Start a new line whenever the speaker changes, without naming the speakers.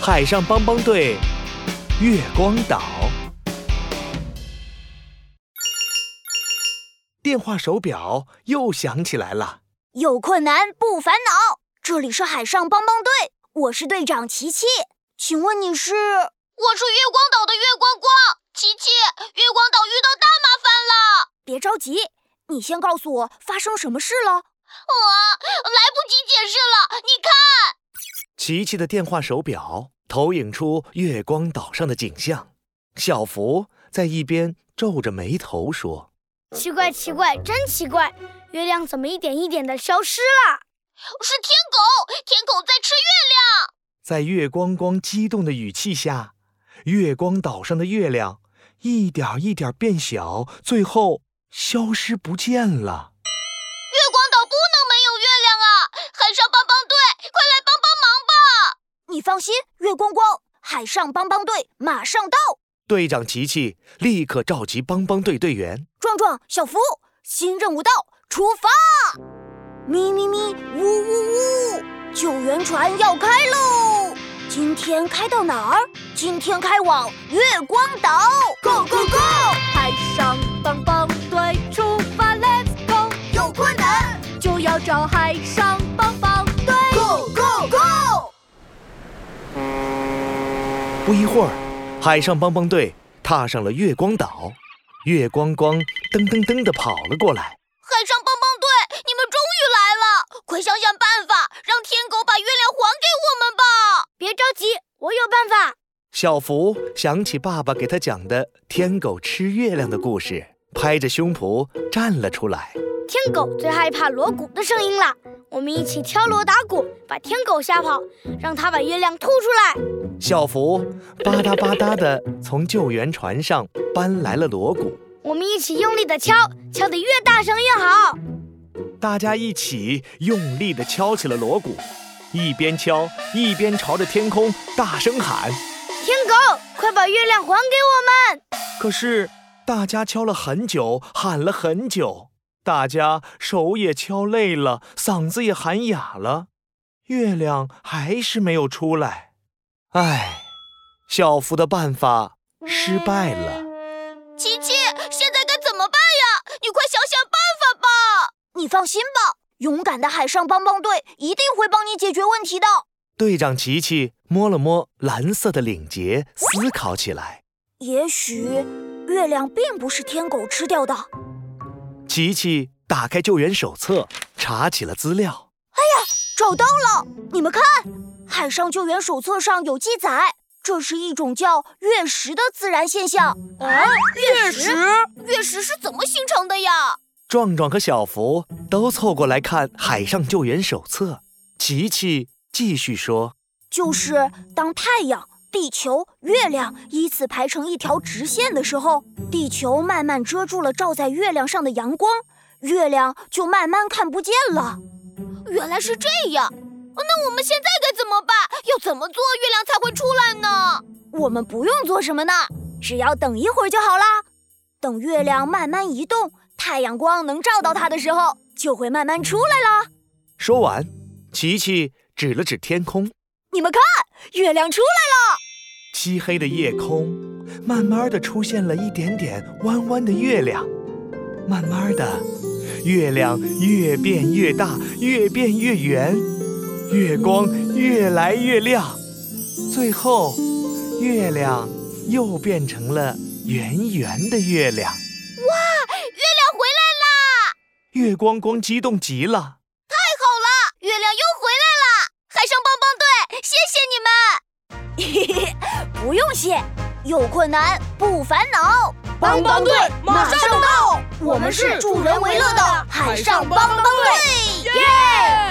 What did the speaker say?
海上帮帮队，月光岛。电话手表又响起来了。
有困难不烦恼，这里是海上帮帮队，我是队长琪琪，请问你是？
我是月光岛的月光光，琪琪，月光岛遇到大麻烦了，
别着急，你先告诉我发生什么事了。
我来不及解释了，你看，
琪琪的电话手表投影出月光岛上的景象。小福在一边皱着眉头说
奇怪，奇怪，真奇怪，月亮怎么一点一点的消失了？
是天狗，天狗在吃月亮。：“
在月光光激动的语气下，月光岛上的月亮一点儿一点儿变小，最后消失不见了。”
月光岛不能没有月亮啊！海上帮帮队，快来帮帮忙吧！
你放心，月光光，海上帮帮队马上到。
队长琪琪立刻召集帮帮队队员，
壮壮、小福，新任务到，出发！咪咪咪，呜呜呜，救援船要开喽！今天开到哪儿？今天开往月光岛！Go go go！
海上帮帮队出发，Let's go！
有困难
就要找海上帮帮队。
，Go go go！
不一会儿，海上帮帮队踏上了月光岛。月光光噔噔噔地跑了过来。
海上帮帮队，你们终于来了！快想想办法，让天狗把月亮还给我们吧！
别着急，我有办法。
小福想起爸爸给他讲的天狗吃月亮的故事，拍着胸脯站了出来。
天狗最害怕锣鼓的声音了，我们一起敲锣打鼓，把天狗吓跑，让它把月亮吐出来。
小福吧嗒吧嗒地从救援船上搬来了锣鼓，
我们一起用力的敲，敲得越大声越好。
大家一起用力地敲起了锣鼓，一边敲一边朝着天空大声喊。
天狗，快把月亮还给我们！
可是大家敲了很久，喊了很久，大家手也敲累了，嗓子也喊哑了，月亮还是没有出来。唉，小福的办法失败了。
琪琪，现在该怎么办呀？你快想想办法吧！
你放心吧，勇敢的海上帮帮队一定会帮你解决问题的。
队长琪琪摸了摸蓝色的领结，思考起来。
也许月亮并不是天狗吃掉的。
琪琪打开救援手册，查起了资料。
找到了，你们看，海上救援手册上有记载，这是一种叫月食的自然现象。啊，月食？
月食是怎么形成的呀？
壮壮和小福都凑过来看海上救援手册。琪琪继续说。
就是当太阳、地球、月亮依次排成一条直线的时候，地球慢慢遮住了照在月亮上的阳光，月亮就慢慢看不见了。
原来是这样，
哦
那我们现在该怎么办？要怎么做月亮才会出来呢？
我们不用做什么呢，只要等一会儿就好啦。等月亮慢慢移动，太阳光能照到它的时候，就会慢慢出来啦。
说完，琪琪指了指天空，
你们看，月亮出来
漆黑的夜空，慢慢的出现了一点点弯弯的月亮，慢慢的，月亮越变越大，越变越圆，月光越来越亮，最后，月亮又变成了圆圆的月亮。
月亮回来了，
月光光激动极了，
好了，月亮又回来了！海上帮帮队，谢谢你们！
了， 不用谢。有困难不烦恼，
帮帮队马上
到。
我们是助人为乐的
海上帮帮队。
耶！